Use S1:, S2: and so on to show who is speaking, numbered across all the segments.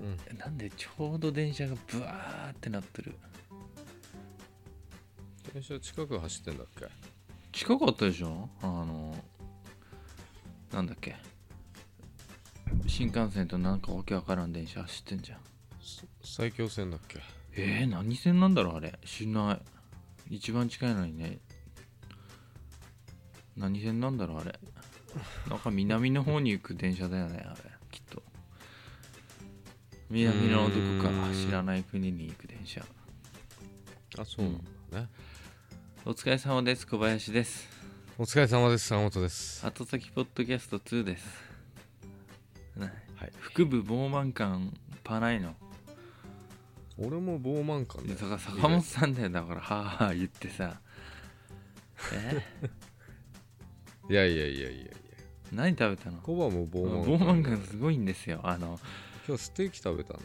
S1: うん
S2: なんでちょうど電車がブワーってなってる
S1: 電車近く走ってんだっけ
S2: 近かったでしょあのなんだっけ新幹線となんかわけわからん電車走ってんじゃん
S1: す埼京線だっけ
S2: えー、何線なんだろうあれ知んない一番近いのにね何線なんだろうあれなんか南の方に行く電車だよねあれきっと南のどこ
S1: う
S2: か
S1: ーん
S2: 知らない国に行く電車
S1: あそうなんだね、
S2: お疲れ様です小林です
S1: お疲れ様です山本です
S2: 後先ポッドキャスト2ですね
S1: はい
S2: 腹部膨満感パないの
S1: 俺も傲慢感だ
S2: だ
S1: よ
S2: から坂本さんだよだからはあはあ言ってさえ
S1: いやいやいやいやいや
S2: 何食べたの
S1: コバも傲慢
S2: 傲慢感すごいんですよあの
S1: 今日ステーキ食べたんだ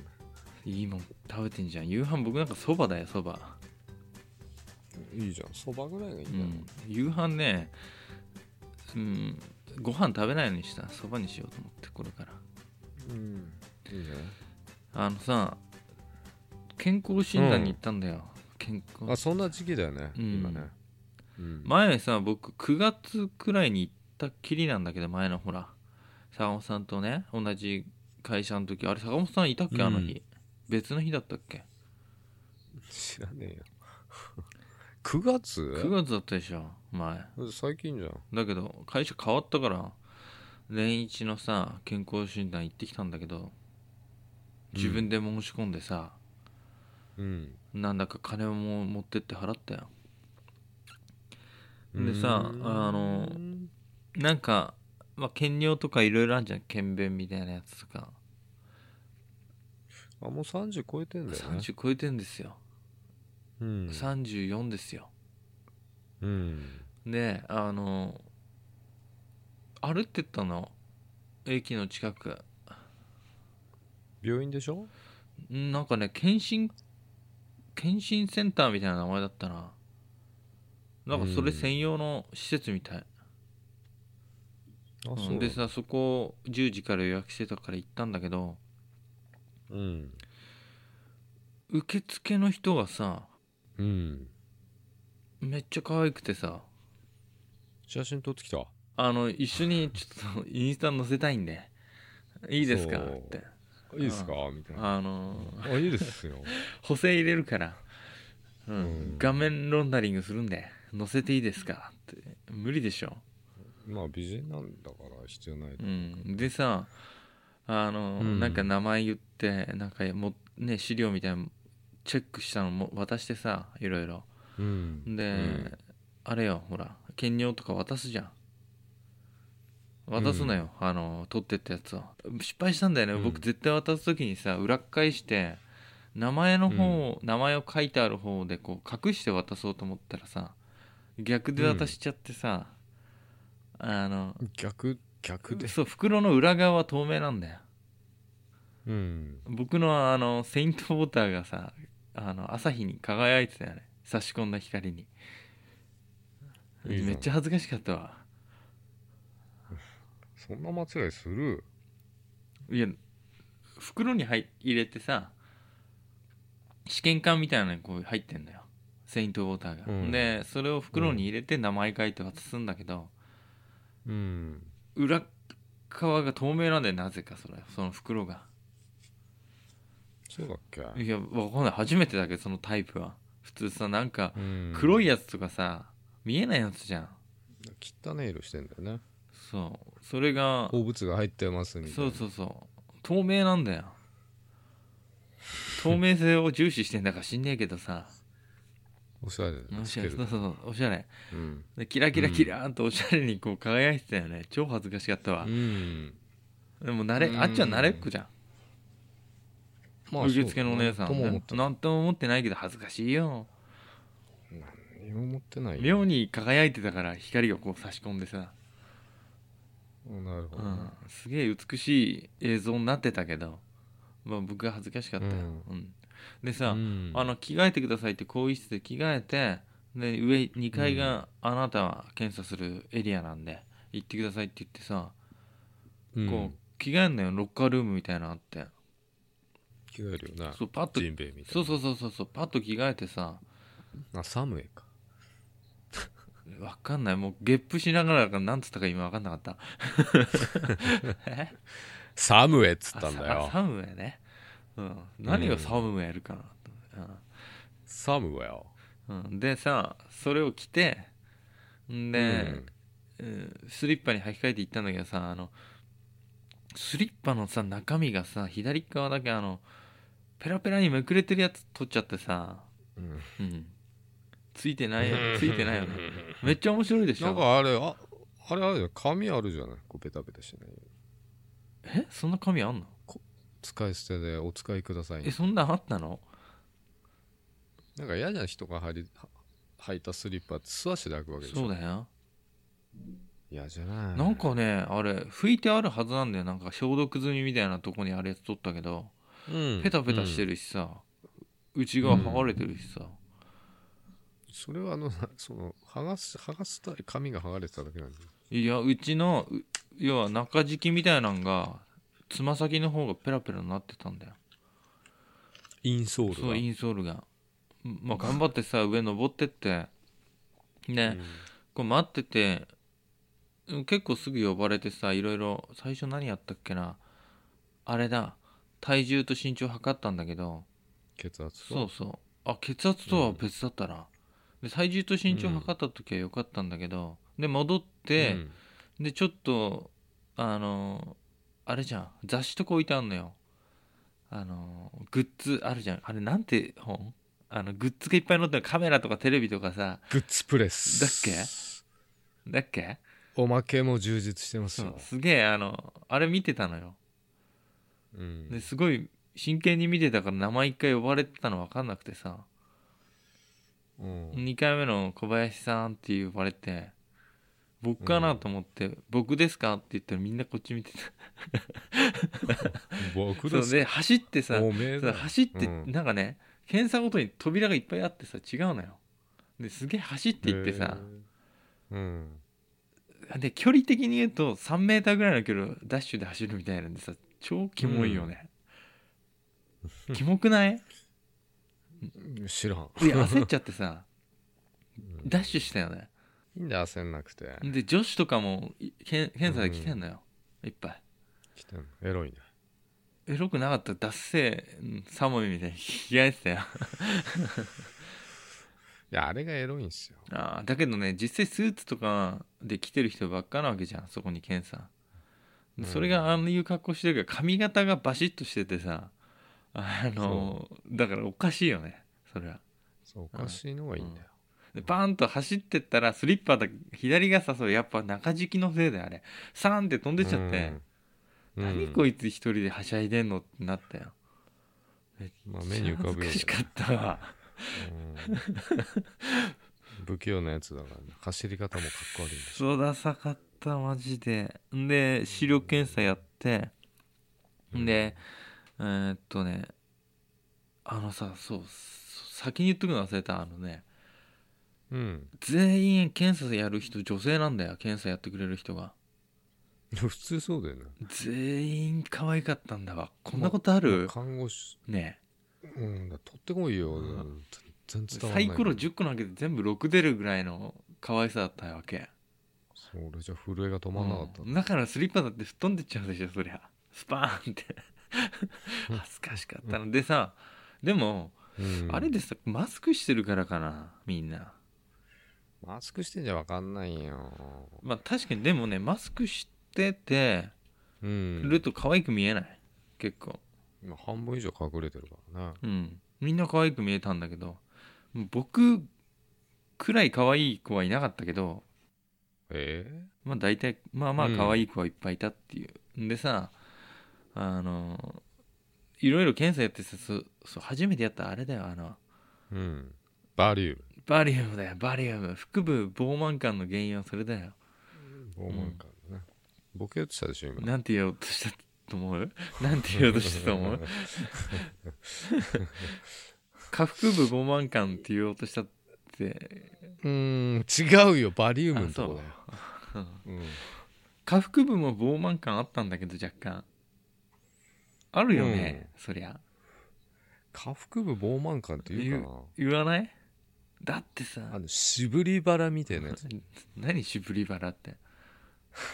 S2: いいもん食べてんじゃん夕飯僕なんかそばだよそば
S1: いいじゃんそばぐらいがいい
S2: うん
S1: だろ
S2: ん夕飯ねうんご飯食べないようにしたそばにしようと思ってこれから
S1: うんいいね
S2: あのさ健康診断に行ったんだよ、健
S1: あ
S2: 康
S1: そんな時期だよね、
S2: うん
S1: 今ね、うん
S2: 前さ僕9月くらいに行ったっきりなんだけど前のほら坂本さんとね同じ会社の時あれ坂本さんいたっけあの日、別の日だったっけ
S1: 知らねえよ 9月
S2: 9月だったでしょ前
S1: 最近じゃん
S2: だけど会社変わったから年一のさ健康診断行ってきたんだけど自分で申し込んでさ、
S1: うん
S2: なんだか金をもう持ってって払ったよでさ
S1: うん
S2: あのなんか、まあ、検尿とかいろいろあるじゃん検便みたいなやつとか、
S1: あもう30超えてんだよね
S2: 30超えてんですよ、
S1: うん
S2: 34ですよ
S1: うん
S2: であの歩ってったの駅の近く
S1: 病院でしょ
S2: んなんかね検診検診センターみたいな名前だったななんかそれ専用の施設みたい、
S1: あ
S2: うん
S1: そう
S2: でさそこ10時から予約してたから行ったんだけど
S1: うん
S2: 受付の人がさ
S1: うん
S2: めっちゃ可愛くてさ
S1: 写真撮ってきた
S2: あの一緒にちょっとインスタ載せたいんでいいですか
S1: そう
S2: って
S1: いいですかみたいな
S2: あの
S1: あいいですよ
S2: 補正入れるから、うん
S1: うん
S2: 画面ロンダリングするんで載せていいですかって無理でしょ、
S1: まあ美人なんだから必要ない
S2: うん、でさあの、
S1: うん
S2: なんか名前言ってなんかもうね資料みたいなのチェックしたのも渡してさいろいろ
S1: うん
S2: で、
S1: うん
S2: あれよほら検尿とか渡すじゃん渡すなよ、あの取ってったやつを失敗したんだよね、
S1: うん
S2: 僕絶対渡す時にさ裏っ返して名前の方を、名前を書いてある方でこう隠して渡そうと思ったらさ逆で渡しちゃってさ、あの
S1: 逆逆で
S2: そう袋の裏側は透明なんだよ
S1: うん
S2: 僕のあのセイントウォーターがさあの朝日に輝いてたよね差し込んだ光に
S1: いいじゃん
S2: めっちゃ恥ずかしかったわ
S1: そんな間違いする
S2: いや袋に入入れてさ試験管みたいなのにこう入ってんだよセイントウォーターが、
S1: うん
S2: でそれを袋に入れて名前書いて渡すんだけど、
S1: うん
S2: 裏側が透明なんだよなぜかそれその袋が
S1: そうだっけ
S2: いやわかんない初めてだけどそのタイプは普通さなんか
S1: 黒
S2: 黒
S1: い
S2: いやつとかさ見えないやつじゃん
S1: 汚い色してんだよね
S2: そうそれが
S1: 鉱物が入ってますみたい
S2: そ
S1: な
S2: うそうそう透明なんだよ透明性を重視してんだか知んねえけどさ
S1: おしゃれで
S2: お
S1: つ
S2: し
S1: け
S2: ゃれ
S1: る
S2: そうそうそうおしゃれ
S1: うん
S2: でキラキラキラーンとおしゃれにこう輝いてたよね超恥ずかしかったわ、
S1: うん
S2: でも慣れ
S1: うん
S2: あっちは慣れっこじゃん、
S1: ま
S2: 受付のお姉さん
S1: そうだね
S2: ね
S1: とも
S2: なんとも思ってないけど恥ずかしいよ
S1: 何も持ってないよ
S2: 妙に輝いてたから光がこう差し込んでさ、
S1: うんなるほ
S2: う
S1: どね
S2: ん、すげえ美しい映像になってたけど、まあ、僕が恥ずかしかったよ、
S1: うん
S2: うんでさ、
S1: うん
S2: あの着替えてくださいって更衣室で着替えてで上2階があなたは検査するエリアなんで行ってくださいって言ってさ、
S1: うん
S2: こう着替えんのよロッカールームみたいなのあって
S1: 着替えるよな
S2: そうパッと
S1: ジンベエみたい
S2: そう
S1: な
S2: そうそうそうそうパッと着替えてさ
S1: あサムエか
S2: 分かんないもうゲップしながらだから何つったか今分かんなかったえ
S1: サムエっ つったんだ
S2: あ
S1: よ
S2: さサムウェイね、うん、何がサムウェイやるかなと、うん
S1: サムエよ
S2: うん、でさそれを着てんで、うんスリッパに履き替えて行ったんだけどさあのスリッパのさ中身がさ左側だけあのペラペラにめくれてるやつ取っちゃってさ、
S1: うんうん
S2: うん、ついてないよついてないよねめっちゃ面白いでしょ
S1: なんかあれああれあるじゃん紙あるじゃないこうベタベタしてない
S2: えそんな紙あんの
S1: 使い捨てでお使いください
S2: えそんなんあったの
S1: なんか嫌じゃん人が履いは履いたスリッパって素足で履くわけでし
S2: そう
S1: ょ
S2: だよ
S1: 嫌じゃない
S2: なんかねあれ拭いてあるはずなんだよなんか消毒済みみたいなとこにあれ取ったけどペタペタして
S1: る
S2: るしさ、内側剥がれてるしさ、
S1: それはあのなその剥がす剥がすた紙が剥がれてただけなんだよ
S2: いやうちのう要は中敷きみたいなのがつま先の方がペラペラになってたんだよ
S1: インソールが
S2: そうインソールがまあ頑張ってさ上登ってってね、
S1: うん
S2: こう待っててうん結構すぐ呼ばれてさいろいろ最初何やったっけなあれだ体重と身長測ったんだけど
S1: 血圧と
S2: そうそうあ血圧とは別だったな、で体重と身長測った時は良かったんだけど、で戻って、
S1: うん
S2: でちょっとあのあれじゃん雑誌とか置いてあんのよあのグッズあるじゃんあれなんて本あのグッズがいっぱい載ってるカメラとかテレビとかさ
S1: グッズプレス
S2: だっけだっけ
S1: おまけも充実してます
S2: そう
S1: よ、
S2: すげえあのあれ見てたのよ
S1: うん
S2: ですごい真剣に見てたから名前一回呼ばれてたの分かんなくてさ
S1: うん
S2: 2回目の小林さんって呼ばれて僕かなと思って、僕ですかって言ったらみんなこっち見てた
S1: 僕
S2: そ
S1: で
S2: う
S1: すね
S2: で走ってさ
S1: おめえ
S2: そう
S1: だ
S2: 走って
S1: うん
S2: なんかね、検査ごとに扉がいっぱいあってさ違うのよですげえ走っていってさ、
S1: へえうん
S2: で距離的に言うと3メーターぐらいの距離をダッシュで走るみたいなんでさ超キモいよね、キモくない
S1: 知らん
S2: で 焦っちゃってさ
S1: うん
S2: ダッシュしたよね
S1: いいんだ焦んなくて
S2: で女子とかもいけん検査で来てんのよ、いっぱい
S1: 来てんのエロいね
S2: エロくなかったら脱せえサモミみたいに着替えてたよ
S1: いやあれがエロいんすよ
S2: あーだけどね実際スーツとかで着てる人ばっかなわけじゃんそこに検査
S1: うん
S2: それがああいう格好してるけど髪型がバシッとしててさあのだからおかしいよねそれは
S1: そうおかしいのがいいんだよ
S2: でバーンと走ってったらスリッパだけ左がさそうやっぱ中敷きのせいであれサーンって飛んでっちゃって、
S1: うん
S2: 何こいつ一人ではしゃいでんのってなったよ
S1: まあ目に浮かぶよ
S2: 恥ずかしかったわ
S1: うん不器用なやつだからね走り方もかっこ悪いんだ
S2: ク
S1: し
S2: ソダサかったマジでんで視力検査やってんでえーっとねあのさそう先に言っとくの忘れたあのね
S1: うん
S2: 全員検査やる人女性なんだよ検査やってくれる人が
S1: 普通そうだよね
S2: 全員可愛かったんだわこんなことある
S1: 看護師
S2: ね
S1: うんだ取ってこいよ
S2: うん
S1: 全然伝わん
S2: サ
S1: ない
S2: イコロ10個投げて全部6出るぐらいの可愛さだったわけ
S1: そう俺じゃ震えが止まんなかった
S2: うんだからスリッパだって吹っ飛んでっちゃうでしょそりゃスパ ーンって
S1: うん
S2: 恥ずかしかったのでさでも、
S1: うん
S2: あれでさマスクしてるからかなみんな
S1: マスクしてんじゃわかんないよ
S2: まあ確かにでもねマスクしてて
S1: うん
S2: ると可愛く見えない結構
S1: 今半分以上隠れてるからね
S2: うんみんな可愛く見えたんだけど僕くらい可愛い子はいなかったけど
S1: ええ
S2: まあ大体まあまあ
S1: うん
S2: 可愛い子はいっぱいいたっていう、ん、でさあのいろいろ検査やってさそそう初めてやったあれだよあの
S1: うんバリウ
S2: バリウムだよバリウム腹部膨慢感の原因はそれだよ
S1: ム傲慢感ねボケようとしたでしょ今
S2: なんて言おうとしたと思う なんて言おうとしたと思う下腹部膨慢感って言おうとしたって
S1: うーん違うよバリウムの
S2: あ
S1: とこ
S2: そう
S1: だようん
S2: 下腹部も膨慢感あったんだけど若干あるよね、そりゃ
S1: 下腹部膨満感っていうか
S2: 言わないだってさ
S1: なあの渋りバラみたいなやつ
S2: 何渋り腹って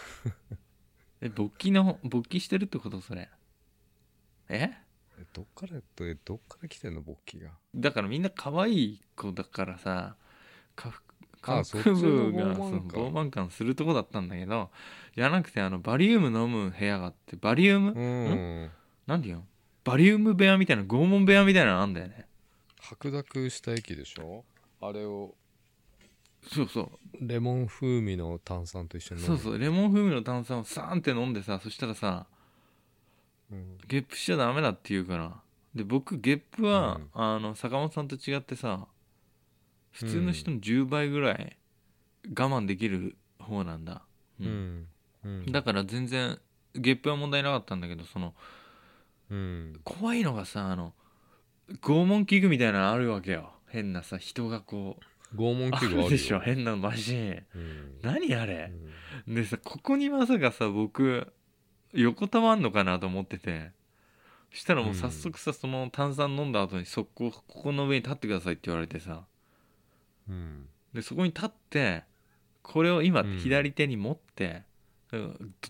S2: え勃起の勃起してるってことそれえ
S1: えどっからえどっから来てんの勃起が
S2: だからみんな可愛い子だからさ下腹下
S1: あそっち
S2: 腹
S1: の
S2: 部が
S1: 傲慢
S2: その
S1: か
S2: 傲慢感するとこだったんだけどじゃなくてあのバリウム飲む部屋があってバリウム、
S1: うん
S2: なんでよバリウム部屋みたいな拷問部屋みたいなのあんだよね
S1: 白濁した液でしょあれを
S2: そうそう
S1: レモン風味の炭酸と一緒に飲
S2: そう
S1: む
S2: そうレモン風味の炭酸をサーンって飲んでさそしたらさ
S1: うん
S2: ゲップしちゃダメだって言うからで僕ゲップは、
S1: うん
S2: あの坂本さんと違ってさ普通の人の10倍ぐらい我慢できる方なんだ、う
S1: うんんうん
S2: だから全然ゲップは問題なかったんだけどその
S1: うん
S2: 怖いのがさあの拷問器具みたいなのあるわけよ変なさ人がこう
S1: 拷問
S2: あ
S1: 器具あるよ
S2: るでしょ変なマシン
S1: うん
S2: 何あ
S1: う
S2: れ、
S1: ん
S2: でさここにまさかさ僕横たわんのかなと思っててしたらもう早速さ、その炭酸飲んだ後に速攻ここの上に立ってくださいって言われてさ
S1: うん
S2: でそこに立ってこれを今
S1: うん
S2: 左手に持って、うん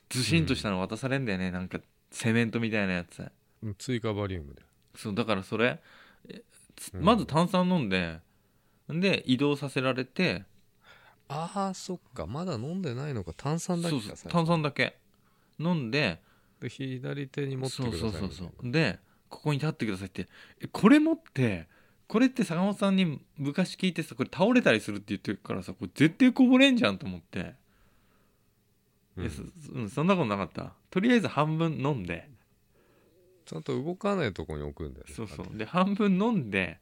S2: ずずしんとしたの渡されんだよね、なんかセメントみたいなやつ
S1: うん追加バリウムで
S2: そうだからそれえつ
S1: うん
S2: まず炭酸飲んでで移動させられて
S1: ああそっかまだ飲んでないのか炭酸だ
S2: そ
S1: け
S2: う
S1: か
S2: そう
S1: 最初
S2: 炭酸だけ飲んで
S1: で左手に持って
S2: そ
S1: くだ
S2: う
S1: さい
S2: そうそう
S1: みたい
S2: そ
S1: な
S2: うでここに立ってくださいってえこれ持ってこれって坂本さんに昔聞いてさこれ倒れたりするって言ってるからさこれ絶対こぼれんじゃんと思って、
S1: うん
S2: えそうん、そんなことなかったとりあえず半分飲んで
S1: ちゃんと動かないとこに置くんだよね
S2: そうそ
S1: あれ
S2: うで半分飲んで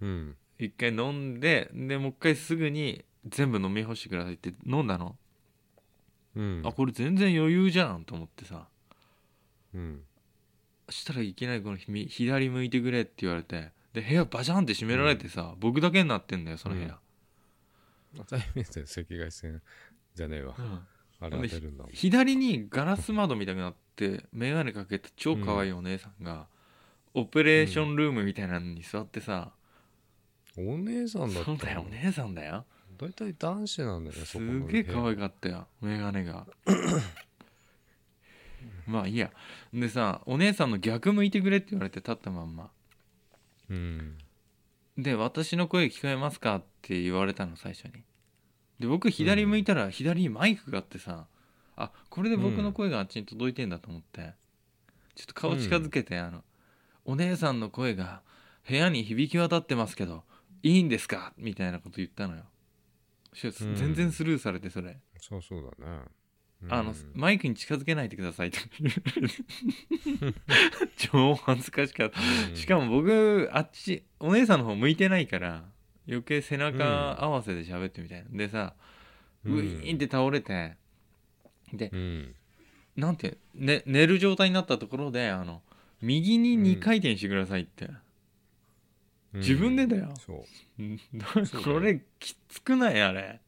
S1: うん
S2: 一回飲んででもう一回すぐに全部飲み干してくださいって飲んだの、
S1: うん
S2: あこれ全然余裕じゃんと思ってさ
S1: うん
S2: したらいきなりこのひみ左向いてくれって言われてで部屋バシャンって閉められてさ、僕だけになってんだよその部屋、
S1: 赤い目線赤外線じゃねえわ
S2: うん
S1: あれ当てるんだもん
S2: 左にガラス窓みたいになって眼鏡かけた超可愛いお姉さんが、オペレーションルームみたいなのに座ってさ、
S1: お姉さんだった
S2: そうだよお姉さんだよ
S1: 大体男子なんだよね
S2: すげえ可
S1: い
S2: 愛かったよ眼鏡が まあいいやでさお姉さんの逆向いてくれって言われて立ったまんま
S1: うん
S2: で「私の声聞こえますか?」って言われたの最初にで僕左向いたら左にマイクがあってさ、あこれで僕の声があっちに届いてんだと思って、ちょっと顔近づけて、あのお姉さんの声が部屋に響き渡ってますけどいいんですかみたいなこと言ったのよそしたら
S1: うん
S2: 全然スルーされてそれ、
S1: そうそうだねうん
S2: あのマイクに近づけないでくだ さいって超恥ずかしかった
S1: うん
S2: しかも僕あっちお姉さんの方向いてないから余計背中合わせで喋ってみたいな、でさ
S1: うん
S2: ウィーンって倒れて、で
S1: うん
S2: なんて、ね、寝る状態になったところであの右に2回転してくださいって、自分でだよ
S1: そそうだよ
S2: これきつくないあれ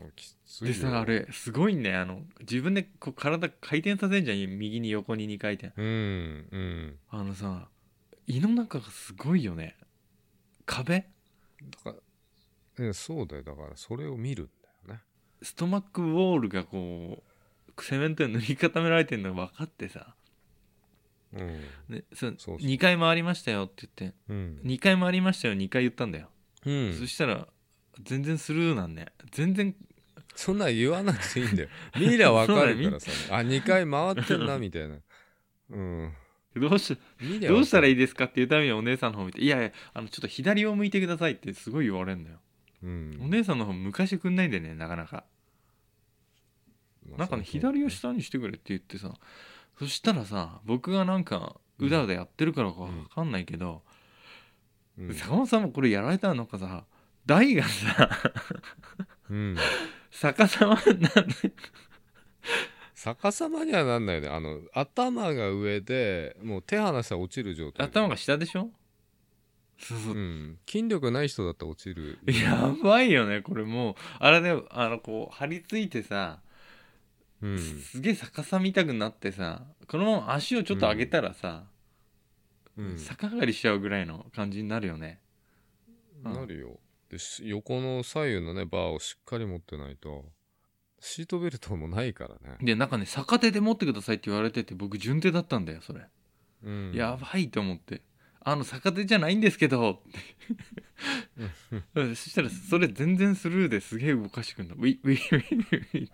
S1: うきつい
S2: で
S1: よ
S2: さあれすごいんだよあの自分でこう体回転させんじゃん右に横に2回転
S1: うんうん
S2: あのさ胃の中がすごいよね壁
S1: だからえそうだよだからそれを見るんだよね
S2: ストマックウォールがこうセメントで塗り固められてるのが分かってさ
S1: うん
S2: でその
S1: そうそう
S2: 2回回りましたよって言って
S1: うん
S2: 2回回りましたよ2回言ったんだよ、
S1: うん
S2: そしたら全然スルーなんね全然
S1: そんなん言わなくていいんだよ。見りゃわかるからさ。あ、2回回ってんな、みたいな。うん。
S2: どうし
S1: 見りゃ
S2: どうしたらい
S1: い
S2: いですかっていうためにお姉さんの方見て「いやいやあのちょっと左を向いてください」ってすごい言われるんだよ、
S1: うん。
S2: お姉さんの方昔くんないんだよねなかなか
S1: まあ
S2: なんかね左を
S1: そ
S2: 下にしてくれって言ってさそしたらさ僕がなんかうだうだやってるからかわかんないけど、
S1: うね
S2: 坂本さんもこれやられたらなんかさ台がさ
S1: うん。うん
S2: 逆さまになる
S1: 逆さまにはなんないで、あの、頭が上で、もう手離したら落ちる状態。
S2: 頭が下でしょそうそうう、
S1: ん。筋力ない人だったら落ちる。
S2: やばいよねこれもうあれであのこう張り付いてさ、
S1: うん。
S2: すげえ逆さ見たくなってさこのまま足をちょっと上げたらさ、
S1: うん
S2: 逆上がりしちゃうぐらいの感じになるよねうん
S1: なるよでし横の左右のねバーをしっかり持ってないとシートベルトもないからね、
S2: でなんかね逆手で持ってくださいって言われてて僕順手だったんだよそれ、
S1: うん、
S2: やばいと思ってあの逆手じゃないんですけどって そしたらそれ全然スルーですげえ動かしてくんだウィウィウィウィ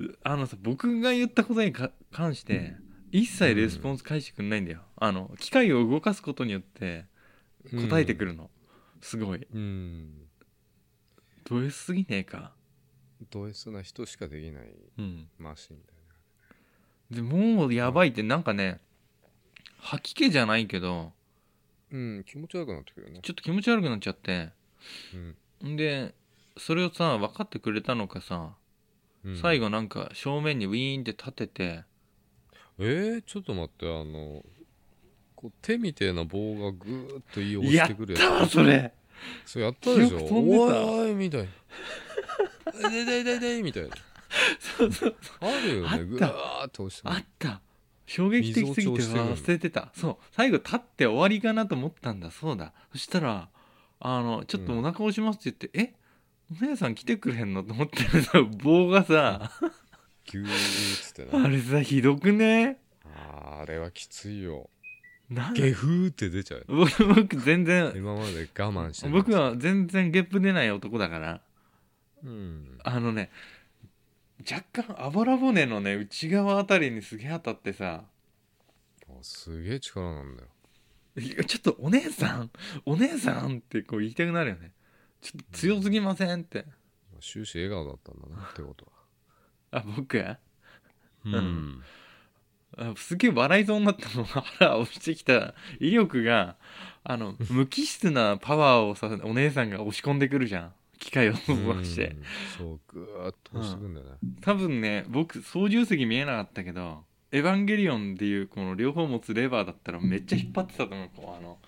S2: ウィあのさ僕が言ったことにか関して一切レスポンス返してくんないんだよ、あの機械を動かすことによって答えてくるの、すごい
S1: うん、うん、
S2: ド S すぎねえか
S1: ド S な人しかできない
S2: うん
S1: マシンだ
S2: で
S1: よ
S2: もうやばいってなんかね吐き気じゃないけど
S1: ねうん気持ち悪くなってくるよね
S2: ちょっと気持ち悪くなっちゃって
S1: うん
S2: んでそれをさ分かってくれたのかさ、
S1: うん
S2: 最後なんか正面にウィーンって立てて
S1: えー、ちょっと待ってあのこう手みてえな棒がぐーっといい押
S2: や
S1: し
S2: って
S1: くる
S2: たわそ れ
S1: つそうやったでしょ
S2: よく飛んでた
S1: おいおいみたいなででででみたいな
S2: そうそう
S1: あるよ
S2: あっ
S1: ね
S2: た
S1: ぐわーっと押して
S2: あった衝撃的すぎて
S1: 水を調子し
S2: 忘
S1: てる
S2: れてたそう最後立って終わりかなと思ったんだそうだそしたらあのちょっとお腹押しますって言って、えお姉さん来てくれんのと思ってる さ棒がさ
S1: ぎゅーっつって
S2: あ
S1: ね
S2: れさひどくね
S1: あーあれはきついよ
S2: なん
S1: ゲフーって出ちゃう
S2: 僕僕全然
S1: 今まで我慢してた
S2: 僕は全然ゲップ出ない男だから
S1: うん
S2: あのね若干あばら骨のね内側あたりにすげえ当たってさ
S1: あすげえ力なんだよ
S2: いや ちょっとお姉さん お姉さんってこう言いたくなるよねちょっと強すぎませんって
S1: 終始笑顔だったんだなってことは
S2: あ僕あ
S1: うん
S2: すげえ笑いそうになったの 腹を押してきた威力があの無機質なパワーをさお姉さんが押し込んでくるじゃん機械を動かして
S1: うんそうぐーっと押してくんだよね
S2: 多分ね僕操縦席見えなかったけど「エヴァンゲリオン」っていうこの両方持つレバーだったらめっちゃ引っ張ってたと思うこうあの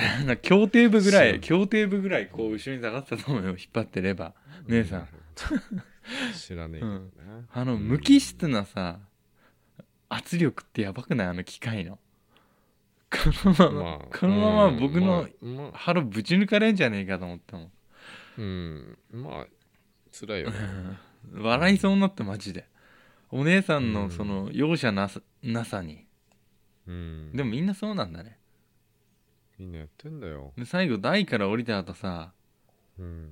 S2: あの協定部ぐら
S1: そう
S2: い協定部ぐらいこう後ろに下がってたと思うよ引っ張ってレバー姉さん
S1: うん知らねえけどね
S2: あの無機質なさ圧力ってやばくないあの機械のこのまま、
S1: まあ
S2: このまま
S1: うん
S2: 僕の
S1: まあまあ
S2: 腹ぶち抜かれんじゃねえかと思ったもん
S1: うんまあ辛いよね
S2: うん笑いそうになってマジでお姉さん
S1: う
S2: の
S1: ん
S2: その容赦なさなさに
S1: うん
S2: でもみんなそうなんだね
S1: みんなやってんだよ
S2: で最後台から降りた後さ
S1: うん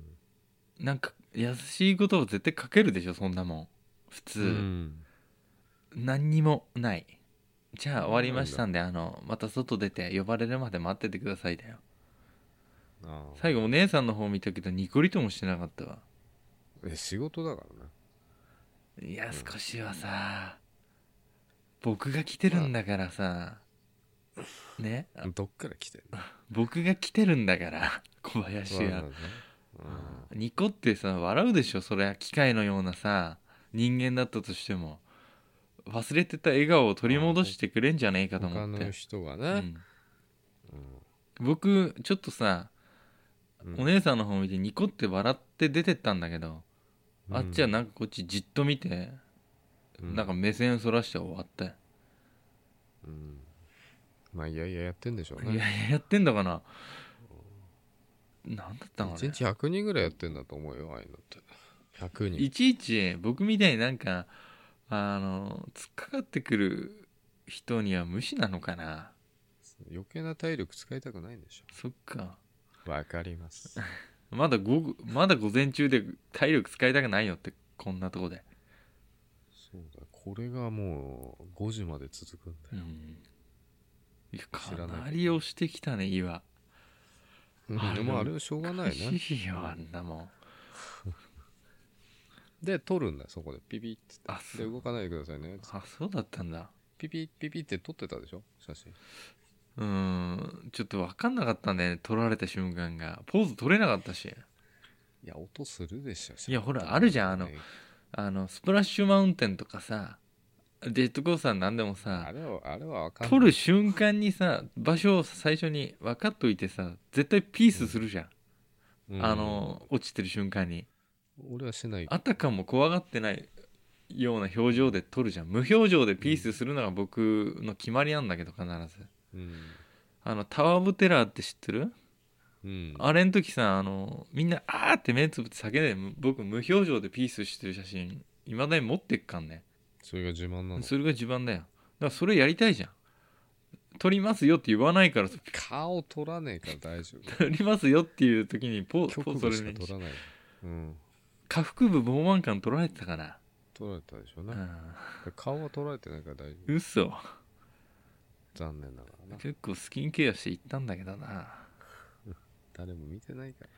S2: なんか優しい言葉絶対かけるでしょそんなもん普通、
S1: うん
S2: 何にもないじゃあ終わりましたんであのまた外出て呼ばれるまで待っててくださいだよ
S1: あー
S2: 最後お姉さんの方見たけどニコリともしてなかったわ
S1: え仕事だからね
S2: いや少しはさ僕が来てるんだからさねあ
S1: どっから来てんの
S2: 僕が来てるんだから 小林
S1: わ
S2: が
S1: ざわざね
S2: ニコってさ笑うでしょそりゃ機械のようなさ人間だったとしても忘れてた笑顔を取り戻してくれんじゃねえか
S1: う
S2: と
S1: ん他
S2: 思っ
S1: の
S2: て、
S1: 人が
S2: う
S1: ね、
S2: ん僕ちょっとさ
S1: うん
S2: お姉さんの方見てニコって笑って出てったんだけど、あっちはなんかこっちじっと見て、
S1: うん
S2: なんか目線そらして終わったよ、
S1: うんまあいやいややってんでしょう
S2: いや
S1: ね
S2: いややってんだかななんだったのあ
S1: 一
S2: れ
S1: 日100人ぐらいやってんだと思うよああいうのって100人
S2: いちいち僕みたいになんかあの突っかかってくる人には無視なのかな
S1: 余計な体力使いたくないんでし
S2: そっか
S1: ょわかります
S2: まだ午後まだ午前中で体力使いたくないよってこんなとこで、
S1: そうだこれがもう5時まで続くんだ
S2: う
S1: よ、
S2: ん、いや
S1: 知
S2: から
S1: ないけど
S2: なり押してきたね岩
S1: うん、でもあれはしょうがない
S2: 欲
S1: ね
S2: しいよあんなもん
S1: で取るんだよそこでピピって
S2: あ
S1: で
S2: そう
S1: 動かないでくださ いね
S2: あそうだったんだ
S1: ピピピピって撮ってたでしょ写真
S2: うーんちょっと分かんなかったね撮られた瞬間がポーズ取れなかったし
S1: いや音するでしょ
S2: いやほらあるじゃんあのあのスプラッシュマウンテンとかさジェットコースターなんでも
S1: あ
S2: さ
S1: れはあれはわかんな
S2: 撮
S1: い
S2: る瞬間にさ場所を最初に分かっといてさ絶対ピースするじゃん、
S1: うん
S2: あの落ちてる瞬間に
S1: 俺はしない
S2: あたかも怖がってないような表情で撮るじゃん無表情でピースするのが僕の決まりなんだけど必ず
S1: うん
S2: あのタワー・オブ・テラーって知ってる
S1: うん
S2: あれの時さあのみんな「あー」って目つぶって叫んでむ僕無表情でピースしてる写真いまだに持ってっかんね
S1: それが自慢なの
S2: それが自慢だよだからそれやりたいじゃん撮りますよって言わないからさ
S1: 顔取らねえから大丈 夫
S2: 撮りますよっていう時にポーポ
S1: 局
S2: ーそ
S1: 部
S2: れ
S1: しか
S2: に
S1: 取らないうん
S2: 下腹部傍慢感取られてたかな
S1: 取られたでしょう
S2: う
S1: ね
S2: ん
S1: 顔は取られてないから大丈夫
S2: 嘘
S1: 残念ながらな
S2: 結構スキンケアして行ったんだけどな
S1: 誰も見てないから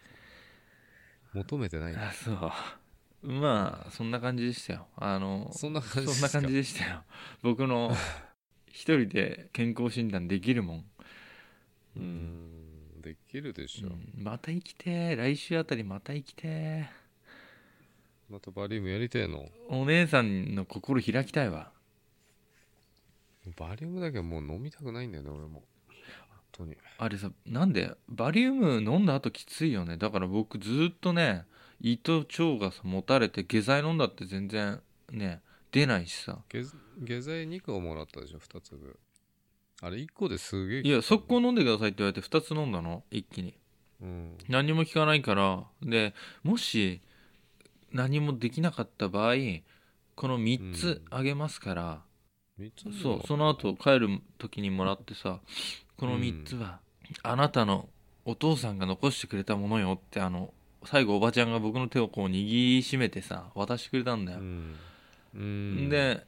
S1: 求めてない
S2: あそうまあそんな感じでしたよあの
S1: そんな感じ
S2: そんな感じ
S1: で
S2: でしたよ僕の一人で健康診断できるもん、
S1: すかうんできるでし
S2: う
S1: ょ
S2: んまた生きてー来週あたりまた生きてー
S1: またバリウムやりてえの
S2: お姉さんの心開きたいわ
S1: バリウムだけはもう飲みたくないんだよね俺も本当に
S2: あれさなんでバリウム飲んだ後きついよねだから僕ずっとね胃と腸がさ持たれて下剤飲んだって全然ね出ないしさ
S1: 下下剤2個もらったでしょ2粒あれ1個ですげえ
S2: いや速攻飲んでくださいって言われて2つ飲んだの一気に
S1: うん
S2: 何にも効かないからでもし何もできなかった場合この3つ
S1: う
S2: あげますから、
S1: 3つも
S2: そうその後帰る時にもらってさこの3つはあなたのお父さんが残してくれたものよってあの最後おばちゃんが僕の手をこう握りしめてさ渡してくれたんだよ
S1: う、ん、うん、
S2: で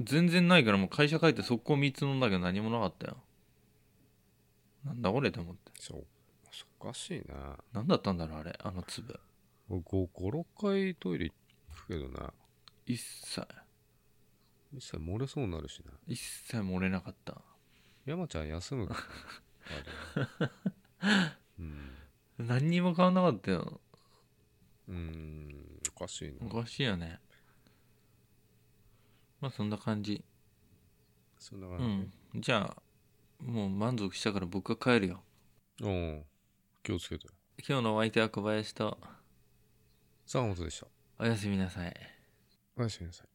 S2: 全然ないからもう会社帰って速攻3つ飲んだけど何もなかったよなんだこれと思って
S1: そうおかしいな
S2: 何だったんだろうあれあの粒
S1: 56回トイレ行くけどな
S2: 一切
S1: 一切漏れそうになるしな
S2: 一切漏れなかった
S1: 山ちゃん 休むからあれうん
S2: 何にも変わんなかったよ
S1: うんおかしいな
S2: おかしいよねまあそんな感じ
S1: そんな
S2: う
S1: 感
S2: んじゃあもう満足したから僕は帰るよ
S1: じ、うん、気をつけて
S2: 今日のお相手は小林と
S1: 坂本でした
S2: おやすみなさい
S1: おやすみなさい